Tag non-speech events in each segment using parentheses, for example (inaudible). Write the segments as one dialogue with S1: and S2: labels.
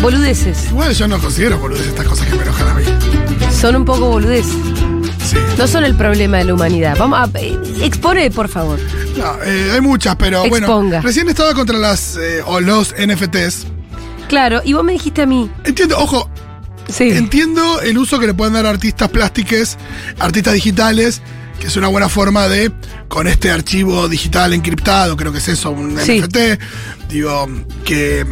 S1: Boludeces.
S2: Igual yo no considero boludeces estas cosas que me enojan a mí.
S1: Son un poco boludeces.
S2: Sí.
S1: No son el problema de la humanidad. Vamos a. eh, Expone, por favor.
S2: No, eh, hay muchas, pero
S1: Exponga.
S2: bueno. Recién estaba contra las eh, o los NFTs.
S1: Claro, y vos me dijiste a mí.
S2: Entiendo, ojo,
S1: Sí.
S2: entiendo el uso que le pueden dar a artistas plásticos, artistas digitales, que es una buena forma de, con este archivo digital encriptado, creo que es eso, un
S1: Sí.
S2: NFT, digo, que,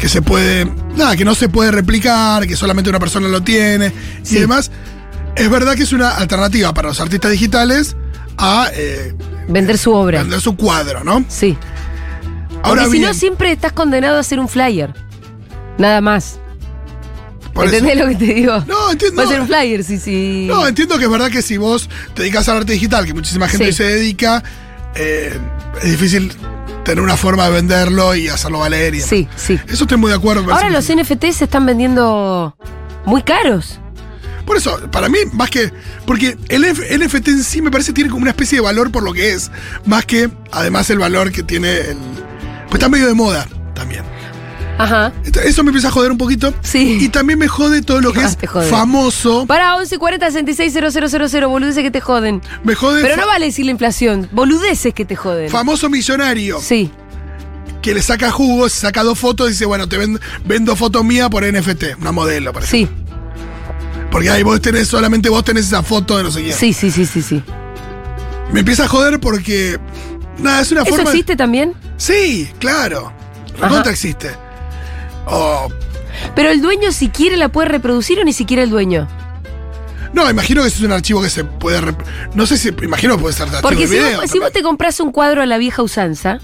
S2: que se puede, nada, que no se puede replicar, que solamente una persona lo tiene
S1: Sí.
S2: y demás. Es verdad que es una alternativa para los artistas digitales a eh,
S1: Vender su obra.
S2: vender su cuadro, ¿no?
S1: Sí.
S2: Ahora
S1: Porque si
S2: bien,
S1: no, siempre estás condenado a ser un flyer. Nada más.
S2: por eso-
S1: ¿Entendés lo que te digo?
S2: No, entiendo.
S1: Va a ser un flyer, sí, sí.
S2: No, entiendo que es verdad que si vos te dedicas al arte digital, que muchísima gente
S1: Sí.
S2: hoy se dedica, eh, es difícil tener una forma de venderlo y hacerlo valer. Y
S1: sí, sí.
S2: Eso estoy muy de acuerdo. me
S1: Ahora
S2: parece
S1: los
S2: muy-
S1: NFTs se están vendiendo muy caros.
S2: Por eso, para mí, más que. Porque el F- NFT en sí me parece que tiene como una especie de valor por lo que es, más que además el valor que tiene el. Pues está medio de moda también.
S1: Ajá.
S2: Entonces, Eso me empieza a joder un poquito.
S1: Sí.
S2: Y también me jode todo lo que
S1: Ah,
S2: es
S1: te jode.
S2: famoso.
S1: Para 1140 660000, boludeces que te joden.
S2: Me jode
S1: Pero
S2: fa-
S1: no vale decir la inflación, boludeces que te joden.
S2: famoso millonario.
S1: Sí.
S2: que le saca jugo, se saca dos fotos y dice, bueno, te vendo, vendo foto mía por NFT, una modelo, por
S1: Sí,
S2: ejemplo. Porque ahí vos tenés, solamente vos tenés esa foto de no sé quién.
S1: sí, sí, sí, sí, sí.
S2: Me empieza a joder porque. Nada, es una
S1: ¿Eso
S2: forma. de-
S1: existe también?
S2: Sí, claro.
S1: Ajá.
S2: Contra existe. O-
S1: Pero el dueño si quiere la puede reproducir o ni siquiera el dueño.
S2: Ah, no, imagino que ese es un archivo que se puede. rep- No sé si. Imagino que puede ser de archivo de
S1: Porque si,
S2: video.
S1: vos, si vos te compras un cuadro a la vieja usanza,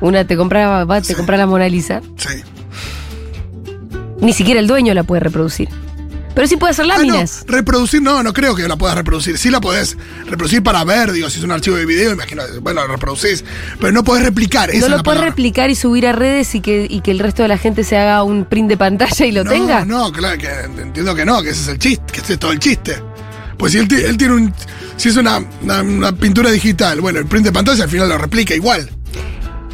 S1: una te compraba, va, te
S2: Sí.
S1: compras la Mona Lisa,
S2: Sí.
S1: ni siquiera el dueño la puede reproducir. Pero sí puede hacer
S2: Ah, no,
S1: láminas.
S2: reproducir, no, no creo que la puedas reproducir. Sí la podés reproducir para ver, digo, si es un archivo de video, imagino, bueno, lo reproducís. Pero no podés replicar. esa
S1: No
S2: es
S1: lo
S2: la
S1: puedes
S2: palabra.
S1: replicar y subir a redes y que, y que el resto de la gente se haga un print de pantalla y lo
S2: no,
S1: tenga.
S2: No, claro, que entiendo que no, que ese es el chiste, que ese es todo el chiste. Pues si él, ti- él tiene un. Si es una, una- una pintura digital, bueno, el print de pantalla al final lo replica igual.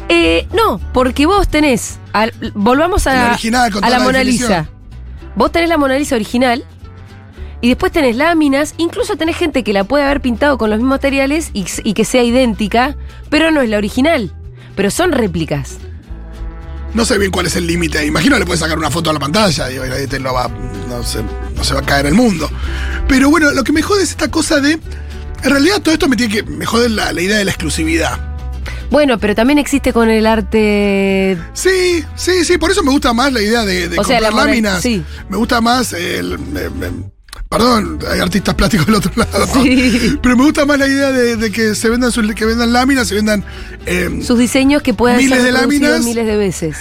S1: Eh, no, porque vos tenés. al- volvamos a,
S2: La original, con
S1: a
S2: toda
S1: la,
S2: la
S1: Mona Lisa.
S2: definición.
S1: Vos tenés la Mona Lisa original. Y después tenés láminas, incluso tenés gente que la puede haber pintado con los mismos materiales y, s- y que sea idéntica, pero no es la original. Pero son réplicas.
S2: No sé bien cuál es el límite. Imagino le puedes sacar una foto a la pantalla, digo, y nadie te lo va. No se, no se va a caer el mundo. Pero bueno, lo que me jode es esta cosa de. En realidad todo esto me tiene que. Me jode la, la idea de la exclusividad.
S1: Bueno, pero también existe con el arte.
S2: Sí, sí, sí, por eso me gusta más la idea de, de
S1: O sea,
S2: comprar
S1: la Mona-
S2: láminas.
S1: sí.
S2: Me gusta más el. em, em, Perdón, hay artistas plásticos del otro lado.
S1: Sí.
S2: (laughs) Pero me gusta más la idea de, de que se vendan sus- que vendan láminas, se vendan. em,
S1: Sus diseños que puedan
S2: Miles
S1: ser
S2: de
S1: reproducidos
S2: láminas.
S1: miles de veces.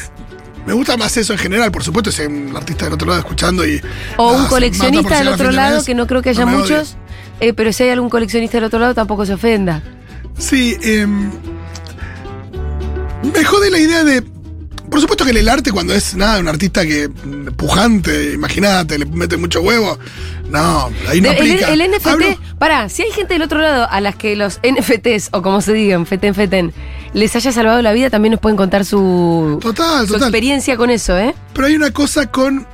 S2: me gusta más eso en general, por supuesto, si hay un artista del otro lado escuchando y.
S1: O
S2: nada,
S1: un
S2: Ah, se
S1: coleccionista
S2: mata por
S1: del
S2: llegar a
S1: otro
S2: fin de
S1: lado,
S2: mes,
S1: que no creo que haya
S2: me odie.
S1: muchos, eh, pero si hay algún coleccionista del otro lado tampoco se ofenda.
S2: Sí, em, me jode la idea de. Por supuesto que el arte, cuando es nada, un artista que mm, pujante, imagínate, le mete mucho huevo. No, ahí no
S1: De- el,
S2: aplica.
S1: el NFT,
S2: Hablo-
S1: pará, si hay gente del otro lado a las que los NFTs, o como se digan, feten, feten, les haya salvado la vida, también nos pueden contar su,
S2: Total,
S1: su
S2: total.
S1: experiencia con eso, ¿eh?
S2: Pero hay una cosa con.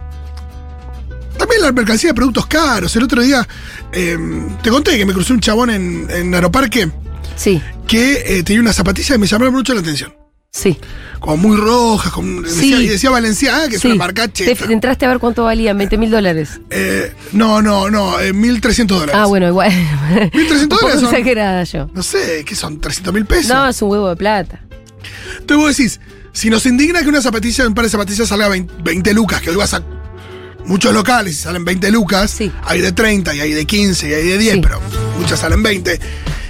S2: También la mercancía de productos caros. El otro día eh, te conté que me crucé un chabón en, en Aeroparque
S1: Sí,
S2: que eh, tenía unas zapatillas que me llamaron mucho la atención.
S1: sí.
S2: Como muy rojas, con,
S1: Sí.
S2: decía, y decía Valenciaga, que es
S1: sí.
S2: una marca
S1: Te,
S2: cheta.
S1: te entraste a ver cuánto valían, 20 mil dólares.
S2: Eh, no, no, no, eh, 1.300 dólares.
S1: Ah, bueno,
S2: (laughs)
S1: igual.
S2: 1.300
S1: Un poco
S2: dólares son-
S1: exagerada yo.
S2: No sé, ¿qué son? ¿300 mil pesos?
S1: No, es un huevo de plata.
S2: Entonces vos decís, si nos indigna que una zapatilla, un par de zapatillas salga 20, 20 lucas, que hoy vas a muchos locales y salen 20 lucas,
S1: Sí.
S2: hay de 30 y hay de 15 y hay de 10,
S1: Sí.
S2: pero muchas salen 20.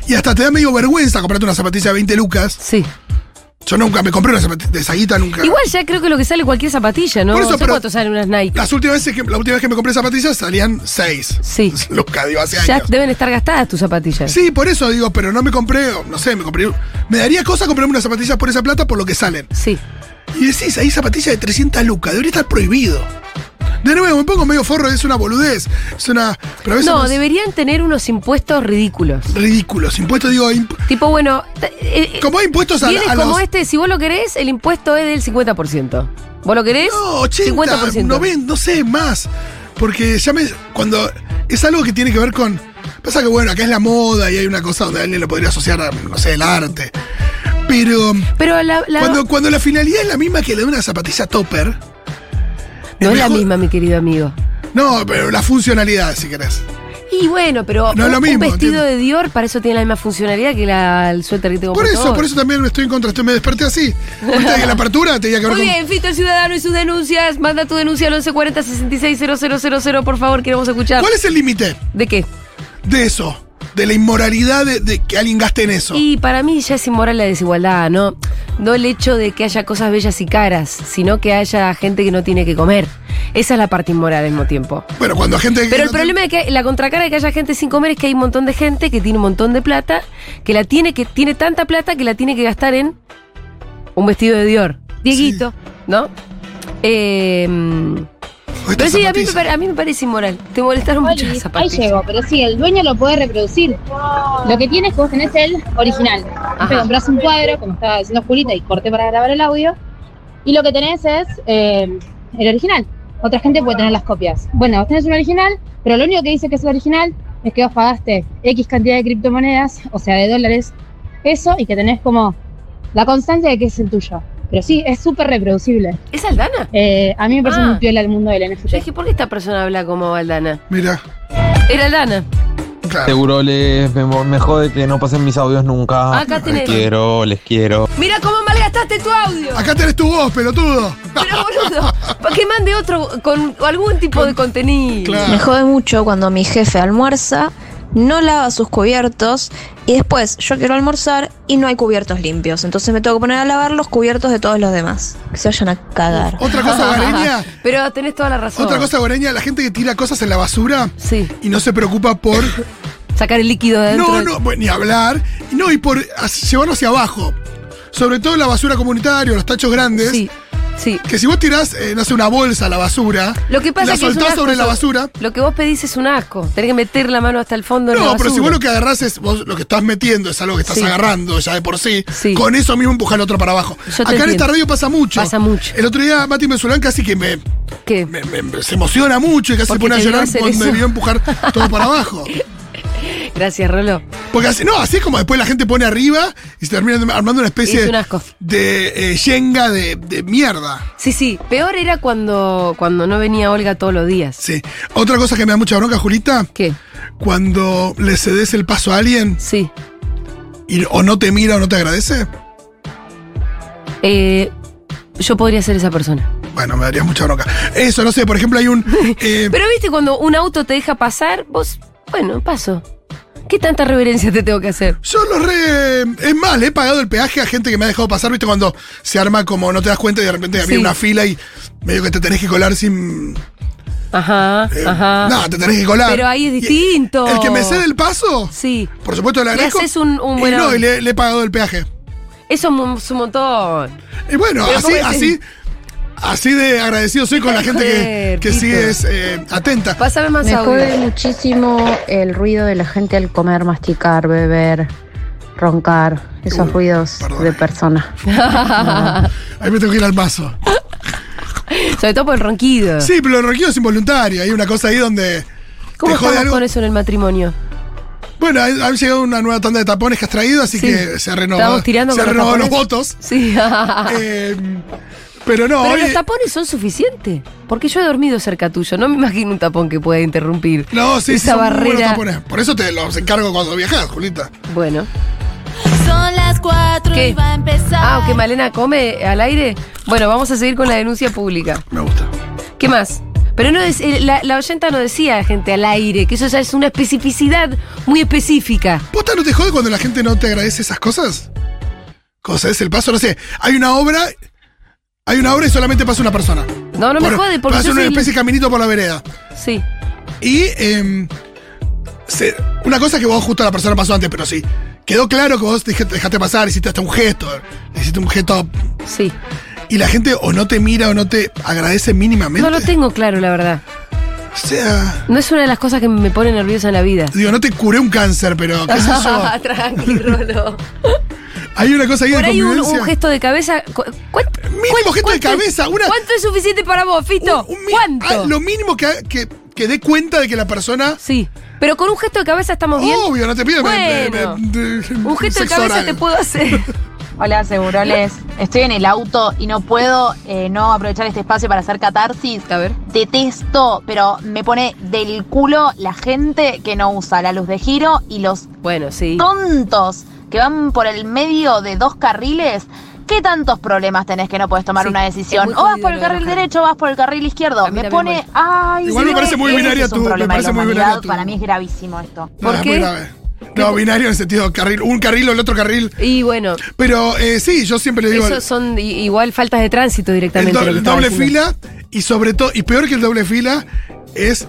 S2: Y hasta te da medio vergüenza comprarte una zapatilla de 20 lucas.
S1: Sí.
S2: Yo nunca me compré una zapatilla de saguita, nunca.
S1: Igual ya creo que lo que sale cualquier zapatilla, ¿no?
S2: Por eso,
S1: No sé
S2: pero-
S1: cuánto salen unas Nike.
S2: Las últimas veces que, la última vez que me compré zapatillas salían 6.
S1: Sí.
S2: (laughs) lucas, digo, hace
S1: Ya
S2: años.
S1: deben estar gastadas tus zapatillas.
S2: Sí, por eso digo, pero no me compré, no sé, me compré. Me daría cosa comprarme unas zapatillas por esa plata por lo que salen.
S1: Sí.
S2: Y decís, hay zapatillas de 300 lucas, debería estar prohibido. De nuevo, me pongo medio forro, es una boludez. Es una. Pero a veces
S1: No,
S2: es
S1: deberían tener unos impuestos ridículos.
S2: ridículos. Impuestos, digo, imp-
S1: Tipo, bueno, t- eh, eh,
S2: como hay impuestos a,
S1: bienes
S2: a
S1: como
S2: los.
S1: este, si vos lo querés, el impuesto es del 50%. ¿Vos lo querés?
S2: No, 80,
S1: 50%.
S2: 90, no sé, más. Porque ya me. Cuando. Es algo que tiene que ver con. Pasa que, bueno, acá es la moda y hay una cosa donde alguien lo podría asociar a, no sé, el arte. Pero.
S1: Pero la, la-
S2: Cuando, cuando la finalidad es la misma que la de una zapatilla topper.
S1: no es la
S2: mejor-
S1: misma, mi querido amigo.
S2: No, pero la funcionalidad, si querés.
S1: Y bueno, pero
S2: No es
S1: un,
S2: lo
S1: un
S2: mismo,
S1: vestido
S2: entiendo.
S1: de Dior para eso tiene la misma funcionalidad que la- el suéter que tengo
S2: Por eso,
S1: vos.
S2: por eso también estoy en contra. estoy- Me desperté así. Ahorita que la apertura tenía que ver
S1: Muy
S2: con.
S1: bien, Fito el Ciudadano y sus denuncias. Manda tu denuncia al 1140 000, por favor, queremos escuchar.
S2: ¿Cuál es el límite
S1: ¿De qué?
S2: de eso? De la inmoralidad de, de que alguien gaste en eso.
S1: Y para mí ya es inmoral la desigualdad, ¿no? No el hecho de que haya cosas bellas y caras, sino que haya gente que no tiene que comer. Esa es la parte inmoral al mismo tiempo.
S2: Bueno, cuando gente.
S1: Pero el problema de que la contracara de que haya gente sin comer es que hay un montón de gente que tiene un montón de plata, que la tiene, que tiene tanta plata que la tiene que gastar en un vestido de Dior. Dieguito, ¿no? Eh,
S2: O esta
S1: pero sí, a mí, me,
S2: zapatilla.
S1: pare- a mí me parece inmoral. Te molestaron mucho
S3: Oli,
S1: las
S3: Ahí
S1: zapatillas.
S3: llego, pero sí, el dueño lo puede reproducir. Lo que tiene es que vos tenés el original. Te compras un cuadro, como estaba diciendo Julita, y corte para grabar el audio. Y lo que tenés es eh, el original. Otra gente puede tener las copias. Bueno, vos tenés un original, pero lo único que dice que es el original es que vos pagaste X cantidad de criptomonedas, o sea, de dólares, eso, y que tenés como la constancia de que es el tuyo. Pero sí, es súper reproducible.
S1: ¿Es Aldana?
S3: Eh, a mí me parece
S1: Ah.
S3: muy piola el mundo del NFT.
S1: Yo dije, ¿por qué esta persona habla como Aldana?
S2: Mira,
S1: Era Aldana.
S2: claro.
S4: Seguro les me, me jode que no pasen mis audios nunca.
S1: Acá tenés.
S4: Les quiero, les quiero.
S1: Mira cómo malgastaste tu audio.
S2: Acá tenés tu voz, pelotudo.
S1: Pero boludo, pa' que mande otro con algún tipo de contenido.
S2: Claro.
S5: Me jode mucho cuando mi jefe almuerza, no lava sus cubiertos y después yo quiero almorzar y no hay cubiertos limpios. Entonces me tengo que poner a lavar los cubiertos de todos los demás. Que se vayan a cagar.
S2: Otra
S1: (laughs)
S2: cosa guareña.
S1: Pero tenés toda la razón.
S2: Otra cosa guareña, la gente que tira cosas en la basura
S1: Sí,
S2: y no se preocupa por.
S1: sacar el líquido de adentro.
S2: no,
S1: del-
S2: no, bueno, ni hablar. y No, y por as- llevarlo hacia abajo. Sobre todo la basura comunitaria, los tachos grandes.
S1: Sí, sí.
S2: Que si vos tirás, eh, no sé, una bolsa a la basura.
S1: Lo que pasa
S2: la
S1: es que es un
S2: soltás
S1: asco
S2: sobre la
S1: eso.
S2: basura.
S1: Lo que vos pedís es un asco. Tenés que meter la mano hasta el fondo en la
S2: No,
S1: basura.
S2: pero si vos lo que agarrás es vos lo que estás metiendo, es algo que estás
S1: Sí.
S2: agarrando ya de por sí,
S1: Sí.
S2: con eso mismo empujar el otro para abajo.
S1: Yo te
S2: Acá en
S1: entiendo.
S2: esta radio pasa mucho.
S1: Pasa mucho.
S2: El otro día Mati Mesulán casi que me,
S1: ¿Qué?
S2: me- me- me- se emociona mucho y casi se
S1: Porque
S2: pone a
S1: te vio
S2: llorar
S1: hacer
S2: cuando me
S1: eso.
S2: vio
S1: (laughs)
S2: empujar todo para abajo.
S1: Gracias, Rolo.
S2: Porque así, no, así es como después la gente pone arriba y se termina armando una especie
S1: Es un asco.
S2: de eh, yenga de, de mierda.
S1: Sí, sí. Peor era cuando, cuando no venía Olga todos los días.
S2: Sí. Otra cosa que me da mucha bronca, Julita,
S1: ¿Qué?
S2: cuando le cedes el paso a alguien
S1: Sí.
S2: y o no te mira o no te agradece,
S1: Eh, yo podría ser esa persona.
S2: bueno, me daría mucha bronca. Eso, no sé, por ejemplo, hay
S1: (laughs)
S2: un. eh,
S1: Pero viste, cuando un auto te deja pasar, vos, bueno, paso. ¿Qué tanta reverencia te tengo que hacer?
S2: Yo los re. Es más, le he pagado el peaje a gente que me ha dejado pasar, ¿viste? Cuando se arma como no te das cuenta y de repente había
S1: Sí.
S2: una fila y medio que te tenés que colar sin.
S1: Ajá,
S2: eh,
S1: ajá.
S2: Nada, te tenés que colar.
S1: Pero ahí es
S2: Y
S1: distinto.
S2: El que me cede el paso,
S1: Sí.
S2: por supuesto le
S1: Le
S2: agradezco.
S1: haces un- un
S2: Y
S1: buen
S2: No,
S1: hombre.
S2: y le, le he pagado el peaje.
S1: Eso es un- es un montón.
S2: Y bueno,
S1: Pero
S2: así,
S1: ¿cómo que
S2: así. Así de agradecido soy con la gente que,
S1: Joder,
S2: que
S1: Tito.
S2: sí es eh, atenta.
S1: Pásame más
S6: Me
S1: audio.
S6: jode muchísimo el ruido de la gente al comer, masticar, beber, roncar, esos
S2: Uh,
S6: ruidos
S2: perdón.
S6: de persona.
S2: Ahí me tengo que ir al paso.
S1: Sobre todo por el ronquido.
S2: Sí, pero el ronquido es involuntario. Hay una cosa ahí donde.
S1: ¿Cómo
S2: te jode
S1: estamos
S2: algo.
S1: con eso en el matrimonio?
S2: Bueno, han han llegado una nueva tanda de tapones que has traído, así
S1: Sí.
S2: que se renovó.
S1: Estábamos tirando
S2: se
S1: con los
S2: renovó los
S1: tapones.
S2: votos.
S1: Sí.
S2: Eh, pero no,
S1: Pero
S2: hoy-
S1: los tapones son suficientes. Porque yo he dormido cerca tuyo. No me imagino un tapón que pueda interrumpir.
S2: no, sí, sí,
S1: esa
S2: son muy buenos
S1: barrera.
S2: tapones. Por eso te los encargo cuando viajas, Julita.
S1: Bueno.
S7: Son las 4
S1: ¿Qué?
S7: y va a empezar.
S1: Ah, aunque Malena come al aire. Bueno, vamos a seguir con la denuncia pública.
S2: Me gusta.
S1: ¿Qué más? Pero no es, eh, la, la oyenta no decía gente al aire, que eso ya es una especificidad muy específica.
S2: ¿Posta no te jode cuando la gente no te agradece esas cosas? Cosas, es el paso, no sé. Hay una obra. Hay una obra y solamente pasa una persona.
S1: No, no me
S2: Por-
S1: jode, porque
S2: Pasa
S1: yo
S2: una
S1: soy-
S2: especie de caminito por la vereda.
S1: Sí.
S2: Y em, se- una cosa que vos justo la persona pasó antes, pero sí. Quedó claro que vos dije- dejaste pasar, hiciste hasta un gesto. Hiciste un gesto
S1: Sí.
S2: y la gente o no te mira o no te agradece mínimamente.
S1: No lo tengo claro, la verdad.
S2: O sea,
S1: No es una de las cosas que me pone nerviosa en la vida. (laughs)
S2: digo, no te curé un cáncer, pero qué sé yo.
S1: Tranqui, Rolo.
S2: Hay una cosa ahí
S1: Por
S2: de
S1: ahí un, un
S2: convivencia.
S1: gesto de cabeza. cu- ¿Cuánto,
S2: Mínimo gesto de
S1: cuánto es-
S2: cabeza, una-
S1: ¿Cuánto es suficiente para vos, Fito?
S2: Un- un mi-
S1: ¿Cuánto?
S2: ah, lo mínimo que, que, que dé cuenta de que la persona.
S1: Sí. Pero con un gesto de cabeza estamos Oh, bien.
S2: Obvio, no te pido. me-
S1: Bueno.
S2: me- me-
S1: un gesto de
S2: sexo
S1: cabeza
S2: oral.
S1: te puedo hacer.
S8: Hola, Seguroles. Estoy en el auto y no puedo eh, no aprovechar este espacio para hacer catarsis.
S1: (laughs) A ver.
S8: Detesto, pero me pone del culo la gente que no usa la luz de giro y los
S1: Bueno, sí.
S8: tontos que van por el medio de dos carriles. ¿Qué tantos problemas tenés que no puedes tomar
S1: Sí,
S8: una
S1: es
S8: decisión?
S1: muy
S8: O vas
S1: jodido
S8: por el
S1: lo de
S8: carril
S1: bajar.
S8: derecho o vas por el carril izquierdo.
S1: A mí
S8: Me
S1: también
S8: pone.
S1: me-
S8: Ay,
S2: Igual me
S8: sí,
S2: parece muy
S8: ese
S2: binaria
S8: es un
S2: tu- me
S8: problema de la
S2: parece muy
S8: humanidad.
S2: binaria tu-
S8: Para mí es gravísimo esto.
S2: No,
S1: ¿Por
S2: es
S1: qué?
S2: muy grave. No, binario en el sentido carril, un carril o el otro carril.
S1: Y bueno,
S2: Pero eh, sí, yo siempre le digo.
S1: eso son i- igual faltas de tránsito
S2: El
S1: directamente.
S2: doble,
S1: lo que estaba
S2: doble
S1: diciendo.
S2: fila y sobre todo, y peor que el doble fila, es.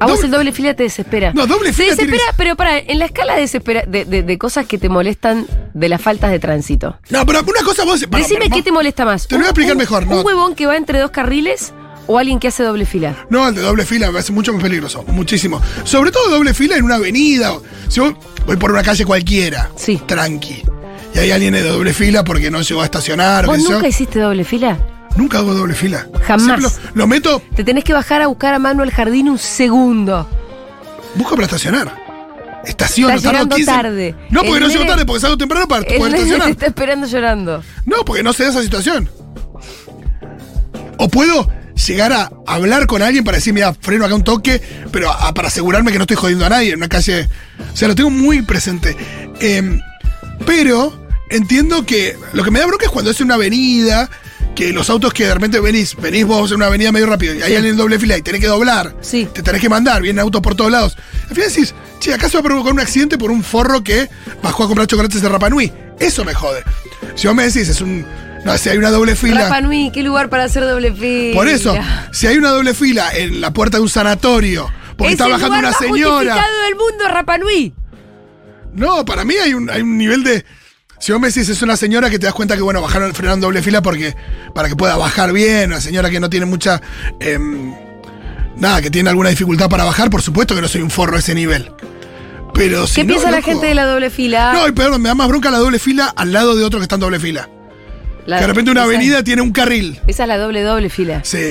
S1: A vos
S2: doble-
S1: el doble fila te desespera.
S2: No, doble
S1: Se
S2: fila
S1: desespera,
S2: tienes-
S1: pero para, en la escala de, desespera- de, de- de cosas que te molestan de las faltas de tránsito.
S2: No, pero una cosa vos. para-
S1: Decime
S2: vos-
S1: qué te molesta más.
S2: Te lo voy a
S1: ¿Un-
S2: explicar
S1: un-
S2: mejor,
S1: ¿Un
S2: no.
S1: huevón que va entre dos carriles o alguien que hace doble fila?
S2: No, el de doble fila me parece mucho más peligroso, muchísimo. Sobre todo doble fila en una avenida. o- Si voy, voy por una calle cualquiera,
S1: Sí.
S2: tranqui. Y hay alguien de doble fila porque no llegó a estacionar. o
S1: ¿Vos
S2: qué sé yo.
S1: nunca hiciste doble fila?
S2: Nunca hago doble fila.
S1: Jamás.
S2: Siempre Lo, lo meto,
S1: Te tenés que bajar a buscar a mano al jardín un segundo.
S2: busco para estacionar. Estaciono,
S1: Estás
S2: tardo
S1: llegando
S2: 15.
S1: tarde.
S2: No, porque
S1: El
S2: no llego
S1: nene-
S2: tarde, porque salgo temprano para
S1: El
S2: poder
S1: nene (laughs) te
S2: estacionar.
S1: está esperando llorando.
S2: No, porque no se da esa situación. O puedo llegar a hablar con alguien para decir, mira, freno acá un toque, pero a- para asegurarme que no estoy jodiendo a nadie en una calle. O sea, lo tengo muy presente. Em, pero entiendo que lo que me da bronca es cuando es una avenida, que los autos que de repente venís, venís vos en una avenida medio rápido y hay alguien en doble fila y tenés que doblar,
S1: Sí.
S2: te tenés que mandar, vienen autos por todos lados. Al final decís, che, acá se va a provocar un accidente por un forro que bajó a comprar chocolates de Rapa Nui. Eso me jode. Si vos me decís, es un. No, si hay una doble fila.
S1: Rapa Nui, qué lugar para hacer doble fila.
S2: Por eso, si hay una doble fila en la puerta de un sanatorio, porque
S1: Es
S2: está
S1: el
S2: bajando
S1: lugar
S2: una
S1: más
S2: señora.
S1: justificado del mundo, Rapa Nui.
S2: No, para mí hay un, hay un nivel de. Si vos me decís, es una señora que te das cuenta que, bueno, bajaron, frenaron doble fila porque para que pueda bajar bien, una señora que no tiene mucha. em, nada, que tiene alguna dificultad para bajar, por supuesto que no soy un forro a ese nivel. Pero si
S1: ¿Qué
S2: no,
S1: piensa la
S2: loco-
S1: gente de la doble fila?
S2: No, y perdón, me da más bronca la doble fila al lado de otro que está en doble fila.
S1: La-
S2: que de repente una
S1: esa-
S2: avenida tiene un carril.
S1: Esa es la doble doble fila.
S2: Sí.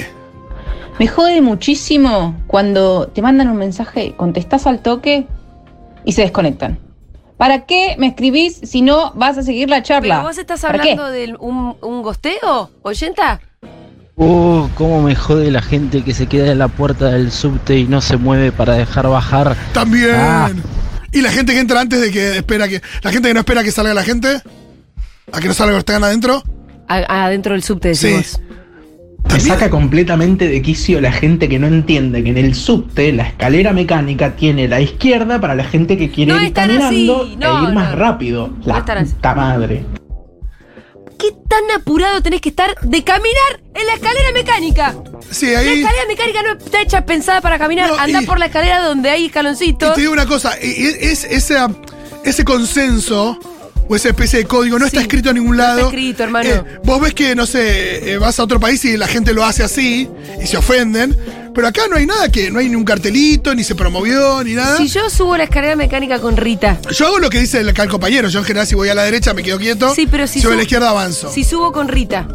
S9: Me jode muchísimo cuando te mandan un mensaje, contestás al toque y se desconectan. ¿Para qué me escribís si no vas a seguir la charla?
S1: ¿Pero vos estás
S9: ¿Para qué?
S1: hablando de un, un gosteo, oyenta?
S10: Oh, cómo me jode la gente que se queda en la puerta del subte y no se mueve para dejar bajar.
S2: También.
S10: Ah.
S2: Y la gente que entra antes de que espera que. La gente que no espera que salga la gente. A que no salga los que están adentro.
S1: A- Adentro del subte,
S2: Sí.
S1: decimos.
S11: Me
S2: También.
S11: saca completamente de quicio la gente que no entiende que en el subte la escalera mecánica tiene la izquierda para la gente que quiere
S1: No
S11: ir
S1: están así,
S11: caminando
S1: no,
S11: e ir más
S1: no.
S11: rápido.
S1: No
S11: La
S1: están así.
S11: puta madre.
S1: ¿Qué tan apurado tenés que estar de caminar en la escalera mecánica?
S2: Sí,
S1: La
S2: ahí.
S1: escalera mecánica no está hecha pensada para caminar.
S2: No,
S1: Andá
S2: y-
S1: por la escalera donde hay
S2: Y
S1: escaloncitos.
S2: te digo una cosa. y- y Es, esa- ese consenso. O esa especie de código no está
S1: Sí,
S2: escrito en ningún
S1: no está
S2: lado.
S1: escrito, hermano.
S2: Eh, vos ves que, no sé, eh, vas a otro país y la gente lo hace así y se ofenden. Pero acá no hay nada que, no hay ni un cartelito, ni se promovió, ni nada.
S1: Si yo subo la escalera mecánica con Rita,
S2: Yo hago lo que dice el, acá el compañero. Yo en general si voy a la derecha me quedo quieto.
S1: Sí, pero si
S2: voy a
S1: su-
S2: la izquierda avanzo.
S1: si subo con Rita,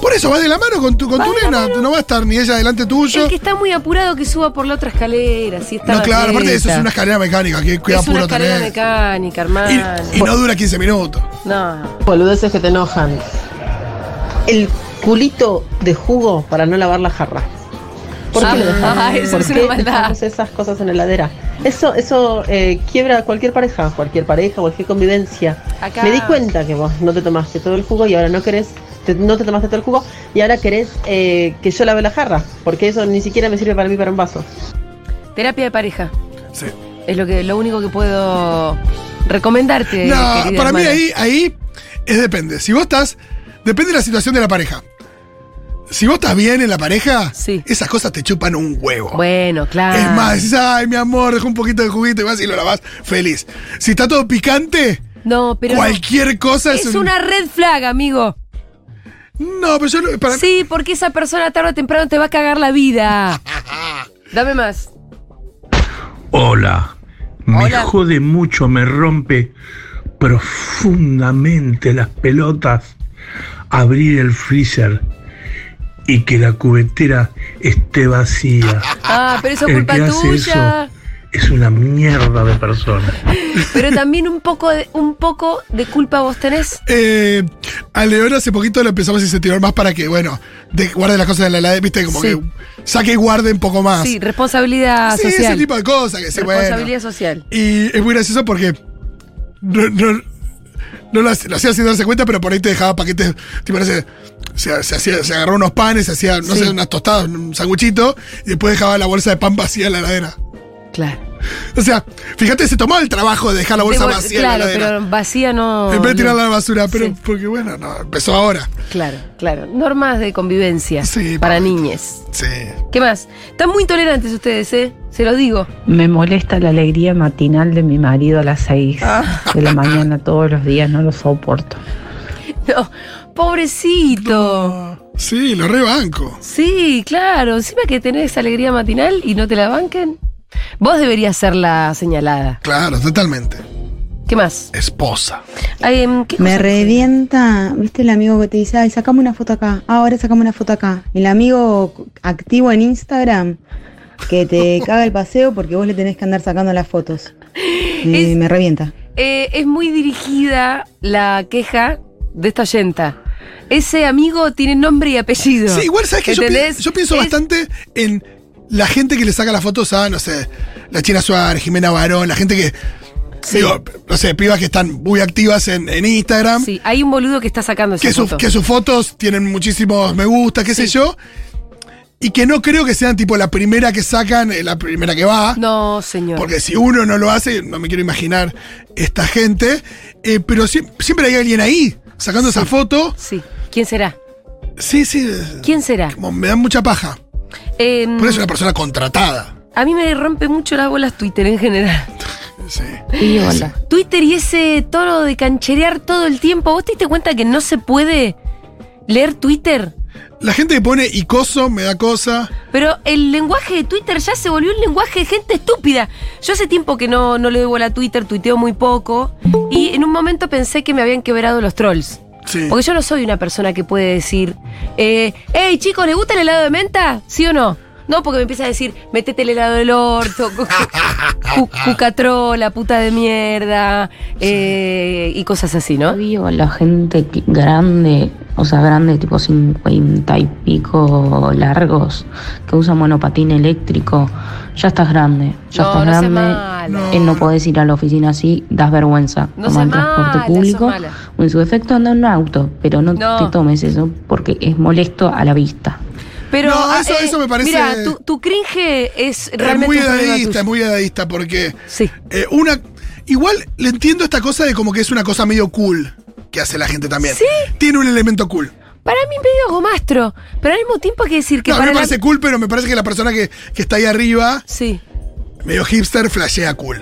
S2: Por eso vas de la mano con tu, con
S1: Va
S2: tu
S1: de la
S2: nena.
S1: mano.
S2: No va a estar ni ella delante tuyo.
S1: el que está muy apurado que suba por la otra escalera. Si está
S2: No, claro, aparte eso es
S1: atenta.
S2: una escalera mecánica. Que cuida
S1: Es una
S2: puro
S1: escalera
S2: también.
S1: mecánica, hermano.
S2: Y, y no dura 15 minutos.
S1: No.
S12: Boludeces que te enojan. El culito de jugo para no lavar la jarra. ¿Por
S1: Ah,
S12: qué lo dejamos?
S1: ah, eso
S12: ¿Por
S1: es
S12: qué
S1: una maldad.
S12: dejamos esas cosas en la heladera? Eso, eso eh, quiebra cualquier pareja, cualquier pareja, cualquier convivencia.
S1: Acá-
S12: Me di cuenta que vos no te tomaste todo el jugo y ahora no querés, te- no te tomaste todo el jugo y ahora querés eh, que yo lave la jarra, porque eso ni siquiera me sirve para mí para un vaso.
S1: Terapia de pareja.
S2: Sí.
S1: Es lo que lo único que puedo recomendarte.
S2: no, para
S1: Eh, querida
S2: mí
S1: hermana.
S2: ahí, ahí es depende. Si vos estás. Depende de la situación de la pareja. Si vos estás bien en la pareja,
S1: Sí.
S2: esas cosas te chupan un huevo.
S1: Bueno, claro.
S2: Es más, decís, ay, mi amor, deja un poquito de juguito y vas y lo lavas feliz. Si está todo picante,
S1: No, pero no.
S2: cualquier cosa es,
S1: es
S2: un-
S1: una red flag, amigo.
S2: No, pero yo. lo- Para,
S1: Sí, porque esa persona tarde o temprano te va a cagar
S2: (laughs)
S1: la vida. Dame más.
S11: Hola.
S1: Me Hola.
S11: jode mucho, me rompe
S13: profundamente las pelotas, abrir el freezer y que la cubetera esté vacía.
S1: Ah, pero eso es
S13: El
S1: culpa
S13: que hace
S1: tuya.
S13: eso es una mierda de
S1: (laughs)
S13: persona.
S1: Pero también un poco de, un poco de culpa vos tenés.
S2: Eh, a León hace poquito lo empezamos a incentivar más para que, bueno, de, guarde las cosas en la heladera, viste, como
S1: Sí.
S2: que saque y guarde un poco más.
S1: Sí, responsabilidad
S2: Sí,
S1: social.
S2: ese tipo de cosas que sí, bueno.
S1: Responsabilidad social.
S2: Y es muy gracioso porque no, no- no lo, hace- lo hacía sin darse cuenta, pero por ahí te dejaba paquetes, tipo, no sé, se, se hacía- se agarró unos panes, se hacía, no
S1: Sí.
S2: sé, unas tostadas, un sanguchito, y después dejaba la bolsa de pan vacía en la heladera.
S1: Claro.
S2: O sea, fíjate, se tomó el trabajo de dejar la bolsa
S1: De bol-
S2: vacía en
S1: Claro,
S2: la heladera.
S1: pero vacía no.
S2: en vez de
S1: no.
S2: tirarla a la basura, pero
S1: Sí.
S2: porque bueno, no, empezó ahora.
S1: Claro, claro. Normas de convivencia para niñes.
S2: Sí.
S1: ¿Qué más? Están muy tolerantes ustedes, ¿eh? Se los digo.
S14: Me molesta la alegría matinal de mi marido a las 6
S1: Ah.
S14: de la mañana todos los días, no lo soporto.
S1: (laughs) No, pobrecito.
S2: Sí, lo rebanco.
S1: Sí, claro. Encima que tenés alegría matinal y no te la banquen. Vos deberías ser la señalada.
S2: Claro, totalmente.
S1: ¿Qué más?
S2: Esposa.
S1: Ay, em, ¿qué
S15: Me
S1: cosa?
S15: revienta, viste el amigo que te dice, ay, sacame una foto acá, Ah, ahora sacame una foto acá. El amigo activo en Instagram que
S14: (laughs)
S15: te caga el paseo porque vos le tenés que andar sacando las fotos. Me, me revienta.
S1: Eh, es muy dirigida la queja de esta yenta. Ese amigo tiene nombre y apellido.
S2: Sí, igual sabes que yo, pi-
S1: ¿Entendés?
S2: yo pienso
S1: Es-
S2: bastante en la gente que le saca las fotos a, no sé, la China Suárez, Jimena Barón, la gente que. digo, no sé, pibas que están muy activas en, en Instagram.
S1: Sí, hay un boludo que está sacando esa
S2: que, sus-
S1: foto.
S2: que sus fotos tienen muchísimos me gusta, qué sé yo. Y que no creo que sean tipo la primera que sacan, eh, la primera que va.
S1: No, señor.
S2: Porque si uno no lo hace, no me quiero imaginar esta gente. Eh, pero sie- siempre hay alguien ahí sacando esa foto.
S1: Sí. ¿Quién será?
S2: Sí, sí.
S1: ¿Quién será?
S2: Como me dan mucha paja.
S1: Em,
S2: Por eso es una persona contratada.
S1: A mí me rompe mucho las bolas Twitter en general.
S2: Sí.
S1: Y hola. Twitter y ese toro de cancherear todo el tiempo. ¿Vos te diste cuenta que no se puede leer Twitter?
S2: La gente que pone icoso me da cosa.
S1: Pero el lenguaje de Twitter ya se volvió un lenguaje de gente estúpida. Yo hace tiempo que no, no le doy bola a Twitter, tuiteo muy poco. Y en un momento pensé que me habían quebrado los trolls.
S2: Sí.
S1: Porque yo no soy una persona que puede decir, eh, hey chicos, ¿les gusta el helado de menta? ¿Sí o no? No, porque me empieza a decir, metete el helado del orto, cu- cu- cucatrola, puta de mierda, eh, y cosas así, ¿no?
S14: Vivo la gente que- grande, o sea, grande, tipo 50 y pico largos, que usa monopatín eléctrico. Ya estás grande, ya
S1: No,
S14: estás
S1: no seas
S14: grande.
S1: mala.
S14: eh, No, podés ir a la oficina así, das vergüenza.
S1: No
S14: Toma
S1: seas
S14: el transporte
S1: mala,
S14: público
S1: sos mala.
S14: o en su defecto anda en un auto, pero no,
S1: No.
S14: te tomes eso porque es molesto a la vista.
S1: Pero
S2: No,
S1: ah,
S2: eso- eso me parece-
S1: Mira, tu, tu cringe es
S2: Es
S1: realmente
S2: muy
S1: un problema
S2: edadista,
S1: tuyo.
S2: es muy edadista, porque.
S1: Sí.
S2: eh, una. Igual le entiendo esta cosa de como que es una cosa medio cool que hace la gente también.
S1: Sí.
S2: Tiene un elemento cool.
S1: Para mí medio gomastro, pero al mismo tiempo hay que decir que
S2: No, a mí
S1: para
S2: me
S1: la-
S2: parece cool, pero me parece que la persona que, que está ahí arriba,
S1: Sí.
S2: medio hipster, flashea cool.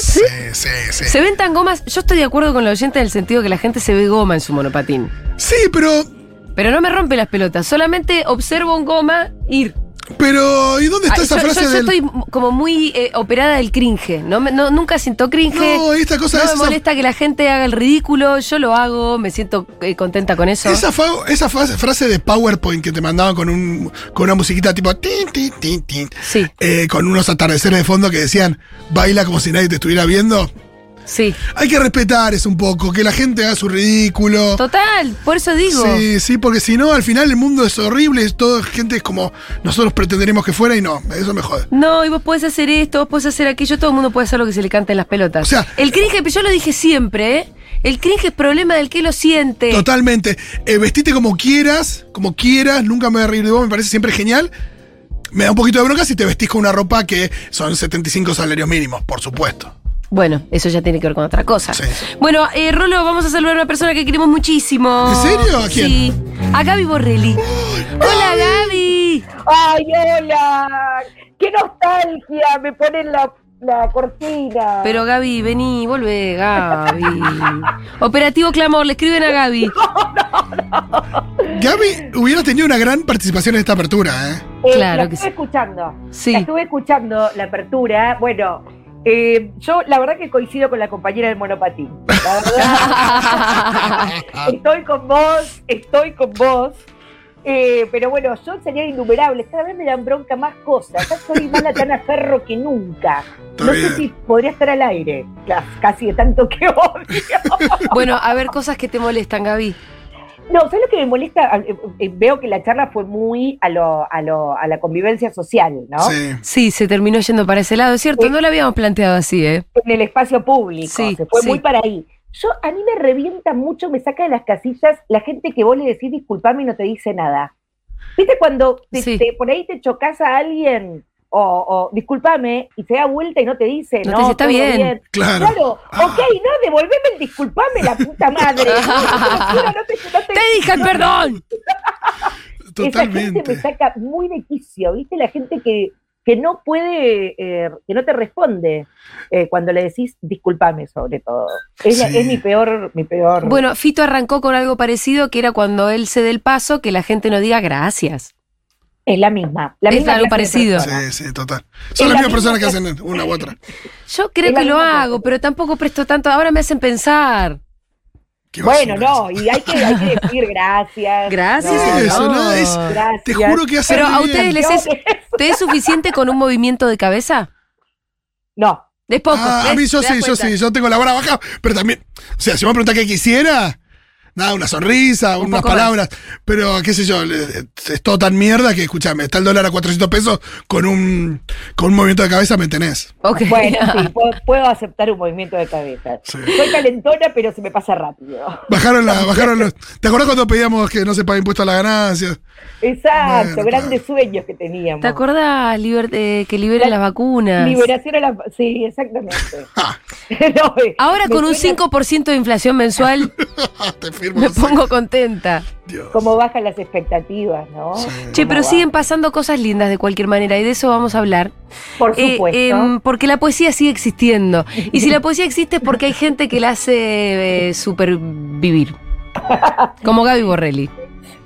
S1: ¿Sí?
S2: Sí, sí.
S1: Se ven tan gomas. Yo estoy de acuerdo con la oyente en el sentido que la gente se ve goma en su monopatín.
S2: Sí, pero.
S1: Pero no me rompe las pelotas. Solamente observo un goma ir.
S2: Pero, ¿y dónde está
S1: Ah,
S2: esa
S1: yo,
S2: frase
S1: yo- yo
S2: del-
S1: estoy como muy eh, operada del cringe. No me- no- nunca siento cringe.
S2: No, esta cosa
S1: No
S2: es
S1: me
S2: esa-
S1: molesta que la gente haga el ridículo. Yo lo hago. Me siento eh, contenta con eso.
S2: Esa, fa- esa frase, frase de PowerPoint que te mandaban con, un, con una musiquita tipo tin, tin, tin, tin, eh, con unos atardeceres de fondo que decían baila como si nadie te estuviera viendo.
S1: Sí.
S2: Hay que respetar eso un poco, que la gente haga su ridículo.
S1: Total, por eso digo.
S2: Sí, sí, porque si no, al final el mundo es horrible, es todo gente es como nosotros pretenderemos que fuera y no, eso me jode.
S1: No, y vos podés hacer esto, vos podés hacer aquello, todo el mundo puede hacer lo que se le cante en las pelotas.
S2: O sea-
S1: el cringe, yo lo dije siempre, ¿eh? El cringe es problema del que lo siente.
S2: Totalmente. Eh, vestite como quieras, como quieras, nunca me voy a reír de vos, me parece siempre genial. Me da un poquito de bronca si te vestís con una ropa que son 75 salarios mínimos, por supuesto.
S1: Bueno, eso ya tiene que ver con otra
S16: Ah.
S1: cosa. Bueno, eh, Rolo, vamos a saludar a una persona que queremos muchísimo.
S2: ¿En serio? ¿A quién?
S1: Sí, a Gaby Borrelli. ¡Hola, Gaby!
S16: ¡Ay, hola! ¡Qué nostalgia! Me ponen la, la cortina.
S1: Pero Gaby, vení, volvé, Gaby. Operativo Clamor, le escriben a Gaby.
S2: Gaby hubiera tenido una gran participación en esta apertura, ¿eh?
S16: Eh,
S1: claro
S16: la
S2: (laughs)
S1: que
S16: estuve escuchando.
S1: Sí. (laughs)
S16: La estuve escuchando la apertura. Bueno, Eh, yo la verdad que coincido con la compañera del monopatín. La
S1: (laughs)
S16: verdad. estoy con vos, estoy con vos. Eh, pero bueno, yo sería innumerable. Cada vez me dan bronca más cosas. Ya soy más latana ferro que nunca. No sé si podría estar al aire. Ca- Casi de tanto que odio.
S1: Bueno, a ver cosas que te molestan, Gaby.
S16: No, ¿sabes lo que me molesta? Eh, eh, Veo que la charla fue muy a, lo, a, lo, a la convivencia social, ¿no?
S1: Sí, se terminó yendo para ese lado, es cierto, no lo habíamos planteado así, ¿eh?
S16: en el espacio público.
S1: Sí,
S16: se fue
S1: sí.
S16: muy para ahí. Yo, a mí me revienta mucho, me saca de las casillas la gente que vos le decís disculpame y no te dice nada. ¿Viste cuando te- te- por ahí te chocas a alguien o, o, disculpame y se da vuelta y no te dice,
S1: No
S16: no,
S1: te dice, "Está
S16: todo
S1: bien". Claro.
S16: ok, no, devolveme el disculpame, la puta
S1: (laughs)
S16: madre. Te juro, no te, no te-
S1: ¡Te dije el perdón!
S16: Esa gente me saca muy de quicio, ¿viste? La gente que, que no puede, eh, que no te responde eh, cuando le decís discúlpame, sobre todo. Es, la-
S1: Sí.
S16: es mi peor, mi peor.
S1: Bueno, Fito arrancó con algo parecido, que era cuando él se dé el paso, que la gente no diga gracias.
S16: Es la misma.
S1: es algo parecido.
S2: Sí, sí, total. Son
S1: Es
S2: las
S1: la
S2: mismas personas que hacen una u
S16: (laughs)
S2: otra.
S1: Yo creo que lo hago, pero tampoco presto tanto. Ahora me hacen pensar.
S16: Bueno, no, y hay que, hay que decir gracias.
S1: Gracias.
S16: No,
S1: Eso,
S16: no.
S1: no, es-
S16: Gracias.
S2: te juro que hace
S1: Pero a
S2: bien.
S1: ustedes les es, ¿te es suficiente con un movimiento de cabeza?
S16: (laughs) No.
S1: Es poco.
S2: Ah, a
S1: ¿ves?
S2: mí yo
S1: ¿Te das
S2: sí, yo
S1: cuenta?
S2: sí, yo tengo la vara baja, pero también, o sea, si me preguntan qué quisiera, nada, una sonrisa, unas
S1: poco más.
S2: palabras, pero qué sé yo, le- eh, es todo tan mierda que, escúchame, está el dólar a 400 pesos con un, con un movimiento de cabeza me tenés.
S1: Ok.
S16: Bueno, sí, puedo, puedo aceptar un movimiento de cabeza. Soy calentona, pero se me pasa rápido.
S2: Bajaron la, bajaron los, ¿te acordás cuando pedíamos que no se pague impuesto a las (laughs) ganancias?
S16: Exacto,
S2: Bueno,
S16: grandes sueños que teníamos.
S1: ¿Te acordás liber- eh, que liberen las vacunas?
S16: Liberación a la... Sí, exactamente. (laughs)
S2: Ah,
S16: No, eh,
S1: Ahora
S16: me
S1: con un
S16: suena
S1: 5% de inflación
S16: (laughs)
S1: mensual
S2: (laughs) Te firmo.
S1: me pongo contenta.
S16: Cómo bajan las expectativas, ¿no?
S1: Che,
S16: Cómo
S1: pero em,
S16: va.
S1: siguen pasando cosas lindas de cualquier manera y de eso vamos a hablar.
S16: Por
S1: Eh,
S16: supuesto.
S1: em, porque la poesía sigue existiendo. Y
S16: (laughs)
S1: si la poesía existe es porque hay gente que la hace eh, supervivir. Como Gaby Borrelli.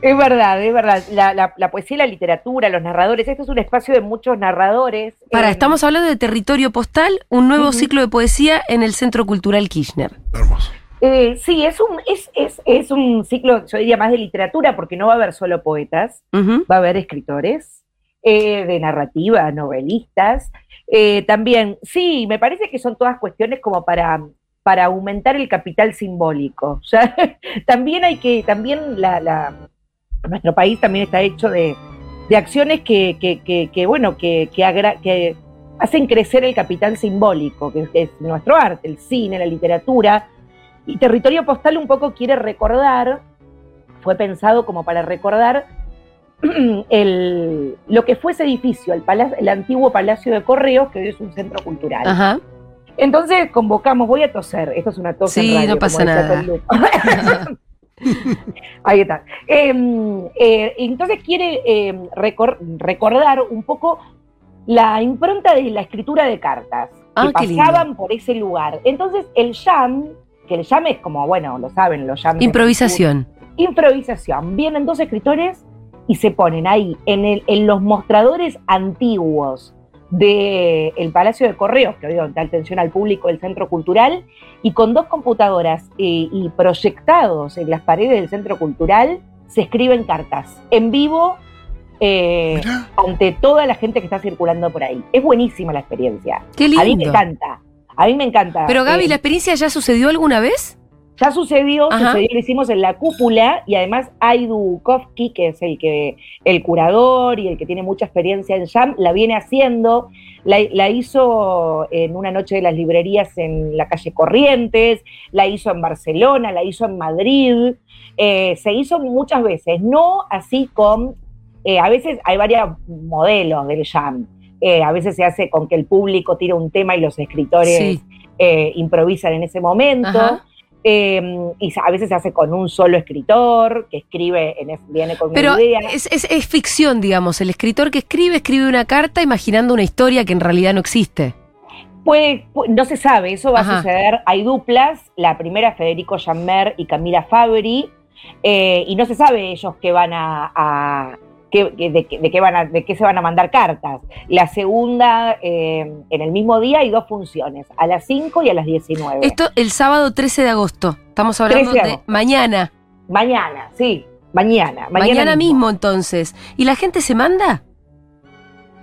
S16: Es verdad, es verdad. La, la- la poesía y la literatura, los narradores. Esto es un espacio de muchos narradores.
S1: Para,
S16: Eh,
S1: estamos hablando de Territorio Postal, un nuevo
S16: Ujú.
S1: ciclo de poesía en el Centro Cultural Kirchner.
S16: eh, sí, es un, es, es, es un ciclo, yo diría, más de literatura, porque no va a haber solo poetas,
S1: Ujú.
S16: va a haber escritores eh, de narrativa, novelistas. Eh, también, sí, me parece que son todas cuestiones como para, para aumentar el capital simbólico. (laughs) Ya, también hay que, también la, la- nuestro país también está hecho de, de acciones que, que- que- que, bueno, que, que, agra- que hacen crecer el capital simbólico, que es, que es nuestro arte, el cine, la literatura. Y Territorio Postal un poco quiere recordar, fue pensado como para recordar (clears throat) el, lo que fue ese edificio, el, pala- el antiguo Palacio de Correos, que hoy es un centro cultural. (laughs)
S1: Ajá.
S16: Entonces convocamos, voy a toser, esto es una tos en
S1: Sí,
S16: radio,
S1: no pasa
S16: como decía
S1: nada.
S16: Toluco. (laughs) Ahí está. Eh, eh, entonces quiere eh, recor- recordar un poco la impronta de la escritura de cartas
S1: Ah,
S16: que
S1: qué lindo.
S16: pasaban por ese lugar. Entonces el jam, que el jam es como, bueno, lo saben, lo llaman
S1: Improvisación.
S16: improvisación. Vienen dos escritores y se ponen ahí, en, el- en los mostradores antiguos del Palacio de Correos, que hoy da atención al público del Centro Cultural, y con dos computadoras eh, y proyectados en las paredes del Centro Cultural, se escriben cartas en vivo eh, ante toda la gente que está circulando por ahí. Es buenísima la experiencia.
S1: Qué
S16: A mí me
S1: lindo.
S16: encanta. A mí me encanta.
S1: Pero Gaby,
S16: Eh,
S1: ¿la experiencia ya sucedió alguna vez?
S16: ya sucedió,
S1: Ajá.
S16: sucedió, lo hicimos en la cúpula y además Aidu Kofsky, que es el que el curador y el que tiene mucha experiencia en Jam, la viene haciendo. La, la hizo en una noche de las librerías en la calle Corrientes, la hizo en Barcelona, la hizo en Madrid. eh, se hizo muchas veces, no así con. eh, a veces hay varios modelos del Jam. eh, a veces se hace con que el público tira un tema y los escritores
S1: Sí.
S16: eh, improvisan en ese momento.
S1: Ajá.
S16: Eh, y a veces se hace con un solo escritor que escribe, en, es- viene con
S1: Pero
S16: una idea.
S1: es, es- es ficción, digamos. El escritor que escribe, escribe una carta imaginando una historia que en realidad no existe.
S16: Puede- pu- no se sabe, eso va
S1: Ajá.
S16: a suceder. Hay duplas, la primera Federico Jammer y Camila Fabri, eh, y no se sabe ellos qué van a, a- qué- qué- de, qué- de qué van a- de qué se van a mandar cartas. La segunda, eh, en el mismo día, hay dos funciones, a las 5 y a las 19.
S1: Esto el sábado 13 de agosto. Estamos hablando
S16: 13 de
S1: de
S16: agosto.
S1: mañana.
S16: Mañana, sí. Mañana. Mañana,
S1: Mañana, mismo. entonces. ¿Y la gente se manda?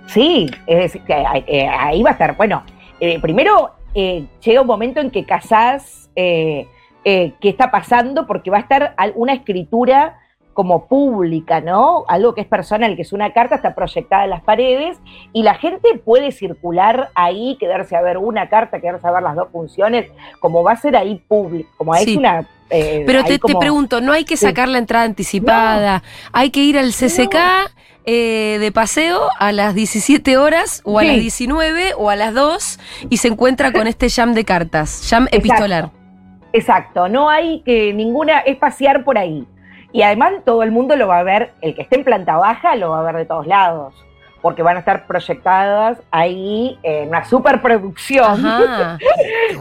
S16: Sí, es decir, que, eh, ahí va a estar. Bueno, eh, primero eh, llega un momento en que casás eh, eh, qué está pasando, porque va a estar al- una escritura como pública, ¿no? Algo que es personal, que es una carta, está proyectada en las paredes y la gente puede circular ahí, quedarse a ver una carta, quedarse a ver las dos funciones, como va a ser ahí público, como es
S1: Sí.
S16: una... eh,
S1: Pero
S16: ahí
S1: te, te
S16: como-
S1: pregunto, ¿no hay que sacar la entrada anticipada? ¿Hay que ir al CCK eh, de paseo a las 17 horas o a
S16: Sí.
S1: las 19 o a las 2 y se encuentra con este jam de cartas, jam epistolar?
S16: Exacto, no hay que ninguna, es pasear por ahí. Y además todo el mundo lo va a ver, el que esté en planta baja lo va a ver de todos lados, porque van a estar proyectadas ahí en una superproducción. (laughs)
S1: Ajá.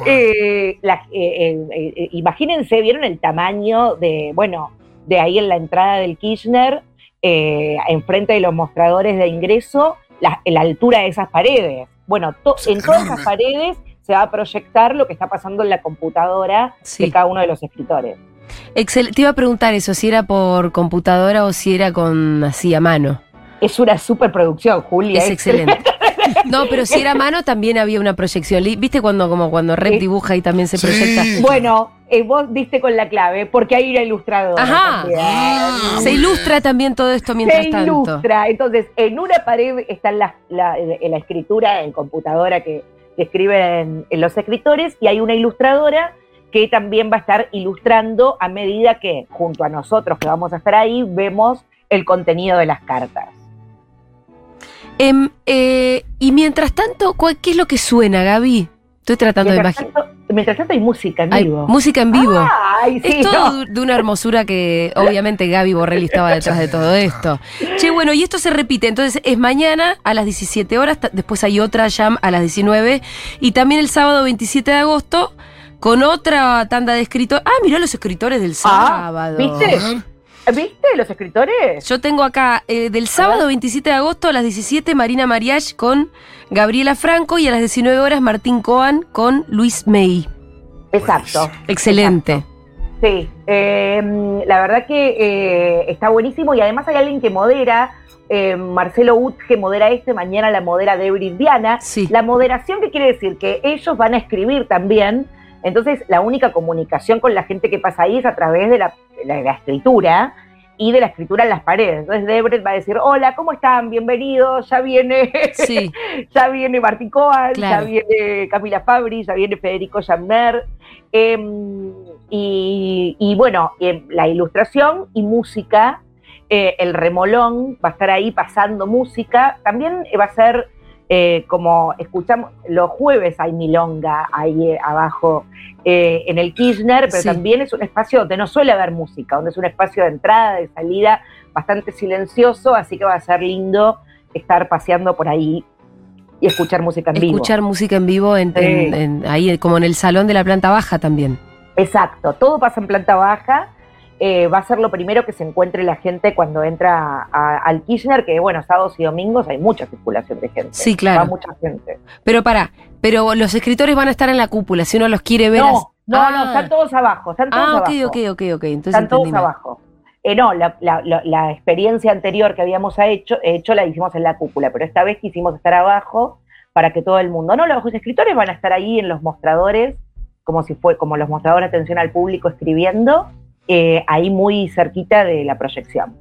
S16: Eh, la- eh, eh, eh, eh, imagínense, vieron el tamaño de, bueno, de ahí en la entrada del Kirchner, eh, enfrente de los mostradores de ingreso, la, la altura de esas paredes. Bueno, to- en todas esas paredes se va a proyectar lo que está pasando en la computadora de cada uno de los escritores.
S1: Excel, te iba a preguntar eso, si era por computadora o si era con así a mano.
S16: Es una superproducción, Julia. ¿eh?
S1: Es
S16: (laughs)
S1: excelente. No, pero si era a mano también había una proyección. Li- ¿Viste cuando como cuando Rep dibuja y también se proyecta?
S16: Bueno, eh, vos diste con la clave, porque hay una ilustradora.
S1: Ajá. Ah,
S16: también.
S1: Se ilustra también todo esto mientras
S16: se
S1: tanto.
S16: ilustra. Entonces, en una pared está la, la- la escritura en computadora que, que escriben los escritores y hay una ilustradora que también va a estar ilustrando a medida que, junto a nosotros que vamos a estar ahí, vemos el contenido de las cartas.
S1: Em, eh, y mientras tanto, ¿cuál- ¿qué es lo que suena, Gaby? Estoy tratando de
S16: Mientras
S1: imaginar.
S16: tanto- Mientras tanto hay música en
S1: Hay
S16: vivo. Ah,
S1: música en vivo.
S16: Ay, sí,
S1: es todo
S16: no.
S1: du- de una hermosura que obviamente Gaby Borrelli estaba detrás de todo esto. Che, bueno, y esto se repite. Entonces es mañana a las 17 horas, ta- después hay otra jam a las 19 y también el sábado 27 de agosto con otra tanda de escritores. Ah, mirá los escritores del
S16: Ah,
S1: sábado.
S16: ¿Viste? ¿Viste los escritores?
S1: Yo tengo acá eh, del sábado 27 de agosto a las 17 Marina Mariach con Gabriela Franco y a las 19 horas Martín Coan con Luis May.
S16: Exacto.
S1: Excelente.
S16: Sí, eh, la verdad que eh, está buenísimo y además hay alguien que modera, eh, Marcelo Ut que modera este, mañana la modera Debris Diana. La moderación que quiere decir que ellos van a escribir también, entonces la única comunicación con la gente que pasa ahí es a través de la, la- la escritura y de la escritura en las paredes. Entonces Debret va a decir, hola, ¿cómo están? Bienvenidos, ya viene,
S1: Sí.
S16: (laughs) ya viene Martín Coan,
S1: Claro.
S16: ya viene Camila Fabri, ya viene Federico Jammer. Em, y, y bueno, em, la ilustración y música, eh, el remolón va a estar ahí pasando música. También eh, va a ser eh, como escuchamos, los jueves hay milonga ahí eh, abajo eh, en el Kirchner, pero
S17: Sí.
S16: también es un espacio donde no suele haber música, donde es un espacio de entrada, de salida, bastante silencioso, así que va a ser lindo estar paseando por ahí y escuchar música en vivo.
S1: Escuchar música en vivo en-
S16: Sí.
S1: en- en- ahí, como en el salón de la planta baja también.
S16: Exacto, todo pasa en planta baja. eh, va a ser lo primero que se encuentre la gente cuando entra a- al Kirchner, que bueno, sábados y domingos hay mucha circulación de gente.
S1: Sí, claro.
S16: Va mucha gente.
S1: Pero pará, pero los escritores van a estar en la cúpula, si uno los quiere ver. as-
S16: No, no,
S1: Ah.
S16: no, están todos abajo, están todos
S1: Ah, ok,
S16: abajo.
S1: ok, ok, ok. Entonces
S16: están todos
S1: entendí mal.
S16: abajo. Eh, no, la, la- la- la experiencia anterior que habíamos ha hecho, hecho la hicimos en la cúpula, pero esta vez quisimos estar abajo para que todo el mundo. No, los escritores van a estar ahí en los mostradores, como si fue, como los mostradores de atención al público escribiendo, eh, ahí muy cerquita de la proyección.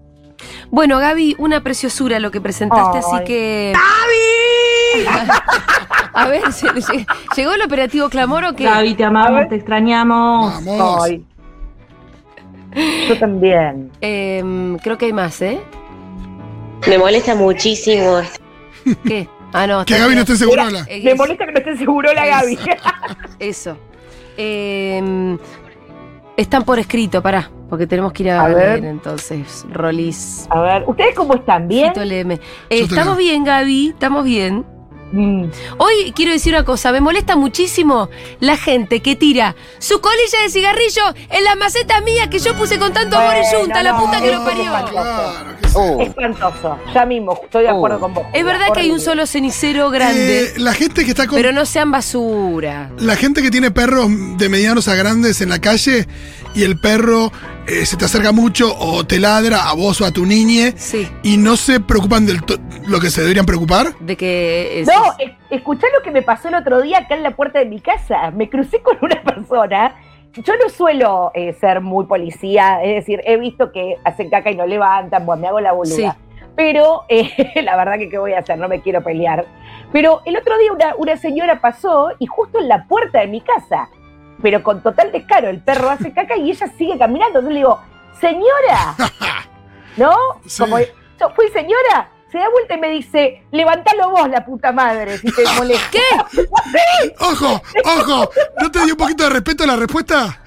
S1: Bueno, Gaby, una preciosura lo que presentaste, así
S16: Ay.
S1: que. (laughs) A ver, se- se- ¿llegó el operativo Clamor o qué?
S14: Gaby, te amamos, te extrañamos.
S16: Ay. Yo también.
S1: Em, creo que hay más, ¿eh?
S18: Me molesta muchísimo.
S1: ¿Qué? Ah, no.
S18: Que
S1: está
S18: Gaby no
S1: bien.
S18: esté seguro,
S1: Era-
S18: la-
S1: eh,
S18: Me
S1: (laughs) es-
S18: molesta
S16: que no esté seguro la
S1: es- (laughs)
S16: Gaby.
S1: Eso. Em, están por escrito, pará, porque tenemos que ir a,
S16: A
S1: leer
S16: ver.
S1: entonces, Rolis.
S16: A ver, ¿ustedes cómo están? ¿Bien?
S1: Eh, estamos bien, Gaby, estamos bien.
S16: Mm,
S1: Hoy quiero decir una cosa, me molesta muchísimo la gente que tira su colilla de cigarrillo en las macetas mías que yo puse con tanto amor y
S16: Bueno,
S1: yunta, la
S16: no,
S2: Ah,
S1: puta que lo
S16: eso
S1: parió.
S16: es espantoso.
S2: Oh.
S16: Espantoso. Ya mismo, estoy de acuerdo con vos.
S1: Uh. Es verdad que hay un solo cenicero grande.
S2: Eh, la gente que está con-
S1: Pero no sean basura.
S2: La gente que tiene perros de medianos a grandes en la calle y el perro eh, se te acerca mucho o te ladra a vos o a tu niñe y no se preocupan de lo que se deberían preocupar. (laughs)
S1: De que. es-
S16: No, es- escuchá lo que me pasó el otro día acá en la puerta de mi casa. Me crucé con una (laughs) persona. Yo no suelo eh, ser muy policía, es decir, he visto que hacen caca y no levantan, bueno, me hago la boluda.
S1: Sí.
S16: Pero (laughs) eh, la verdad que qué voy a hacer, no me quiero pelear. Pero el otro día una, una señora pasó y justo en la puerta de mi casa, pero con total descaro, el perro hace caca y ella sigue caminando. Yo le digo, señora, ¿no? Como yo fui señora, se da vuelta y me dice, levantalo vos, la puta madre, si te
S1: (laughs)
S16: molesta. ¿Qué?
S2: ¡Ojo! ¡Ojo! ¿No te dio un poquito de respeto a la respuesta?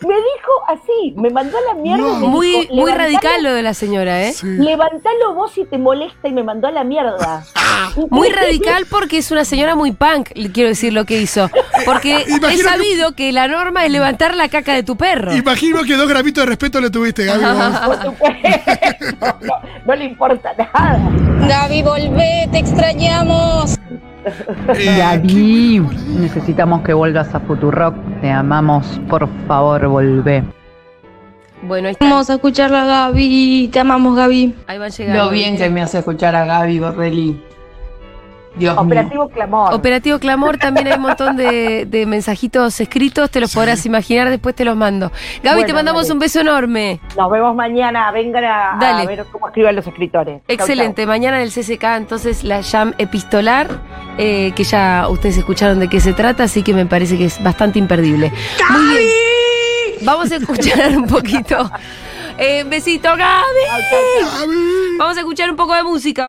S16: Me dijo así, me mandó a la mierda. y me
S1: muy
S16: dijo,
S1: muy
S16: "Levantalo-
S1: radical lo de la señora, ¿eh?
S16: Levantalo vos si te molesta y me mandó a
S1: (laughs)
S16: la mierda.
S1: Muy radical porque es una señora muy punk, le quiero decir lo que hizo. Porque he
S2: Imagino que-
S1: sabido que la norma es levantar la caca de tu perro.
S2: Imagino que dos gramitos de respeto le tuviste, Gaby. vos.
S16: No le importa nada.
S17: Gaby, volvé, te extrañamos.
S2: Eh,
S19: Gaby, necesitamos que vuelvas a Futurock. Te amamos, por favor, volvé.
S1: Bueno,
S5: Vamos a escucharla, Gaby. Te amamos, Gaby.
S1: Ahí van llegando.
S19: Lo bien que me hace escuchar a Gaby Borrelli. Dios mío.
S16: Clamor.
S1: Operativo Clamor, también hay un montón de, de mensajitos escritos, te los podrás imaginar, después te los mando. Gaby,
S16: Bueno,
S1: te mandamos
S16: dale.
S1: un beso enorme.
S16: Nos vemos mañana, vengan a, a
S1: Dale.
S16: ver cómo escriben los escritores. Chau,
S1: Excelente, mañana en el CCK, entonces la jam epistolar, eh, que ya ustedes escucharon de qué se trata, así que me parece que es bastante imperdible. Muy bien. Vamos a escuchar un poquito. Eh, besito, Gaby. Vamos a escuchar un poco de música.